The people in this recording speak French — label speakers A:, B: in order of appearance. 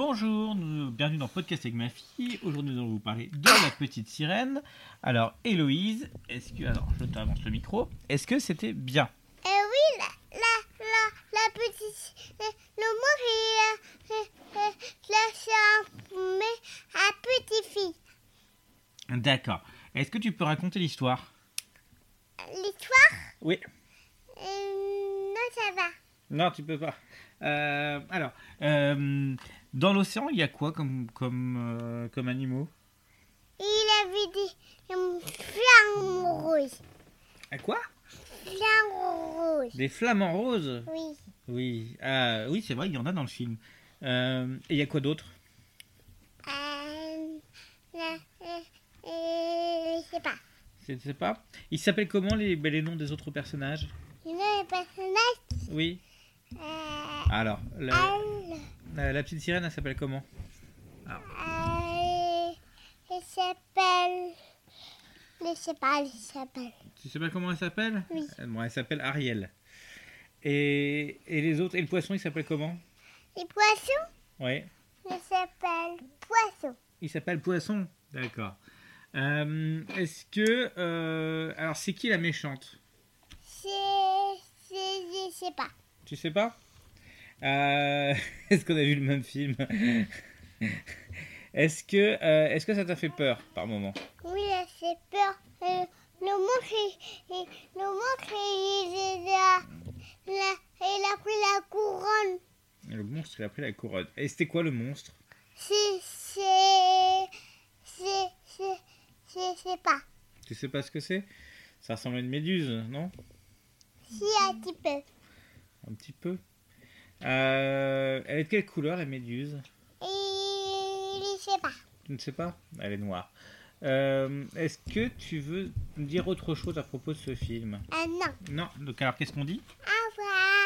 A: Bonjour, nous, bienvenue dans Podcast avec ma fille. Aujourd'hui, nous allons vous parler de la petite sirène. Alors, Héloïse, est-ce que. Alors, je t'avance le micro. Est-ce que c'était bien
B: Eh oui, la, la, la, la petite. Le, le mot est la, la, la chambre, mais à petite fille.
A: D'accord. Est-ce que tu peux raconter l'histoire
B: L'histoire
A: Oui.
B: euh, Non, ça va.
A: Non, tu peux pas. Euh, alors, euh, dans l'océan, il y a quoi comme, comme, euh, comme animaux
B: Il avait des euh, une flamme rose.
A: À quoi
B: Flamme rose.
A: Des flamants roses
B: Oui.
A: Oui, ah, oui c'est vrai, il y en a dans le film. Euh, et il y a quoi d'autre
B: Euh, la, euh, euh, je sais pas.
A: Je ne sais pas. Ils s'appellent comment les, ben, les noms des autres personnages
B: Il y a un personnage.
A: Oui.
B: Euh,
A: Alors, la,
B: elle.
A: Euh, la- la petite sirène, elle s'appelle comment
B: Euh, il s'appelle. Je sais pas, il s'appelle.
A: Tu sais pas comment elle s'appelle
B: Oui.
A: Euh, Bon, elle s'appelle Ariel. Et, et les autres, et le poisson, il s'appelle comment
B: Les poissons,
A: Ouais.
B: il s'appelle poisson.
A: Il s'appelle Poisson. D'accord. Euh, Est-ce que. euh, alors, c'est qui la méchante
B: C'est. C'est. Je sais pas.
A: Tu sais pas Euh, Est-ce qu'on a vu le même film Est-ce que, euh, est-ce que ça t'a fait peur par moment
B: Oui, il fait peur. Euh, le monstre, il- il- le monstre, il il a, il a, il a pris la couronne.
A: Le monstre, il a pris la couronne. Et c'était quoi le monstre
B: C'est. C'est. C'est. C'est. Je sais pas.
A: Tu sais pas ce que c'est Ça ressemble à une méduse, non
B: Si, un petit peu.
A: Un petit peu. Euh, elle est de quelle couleur la méduse
B: Et. Je sais pas.
A: Tu ne sais pas Elle est noire. Euh, Est-ce que tu veux me dire autre chose à propos de ce film
B: Ah non.
A: Non, donc alors qu'est-ce qu'on dit
B: Au revoir.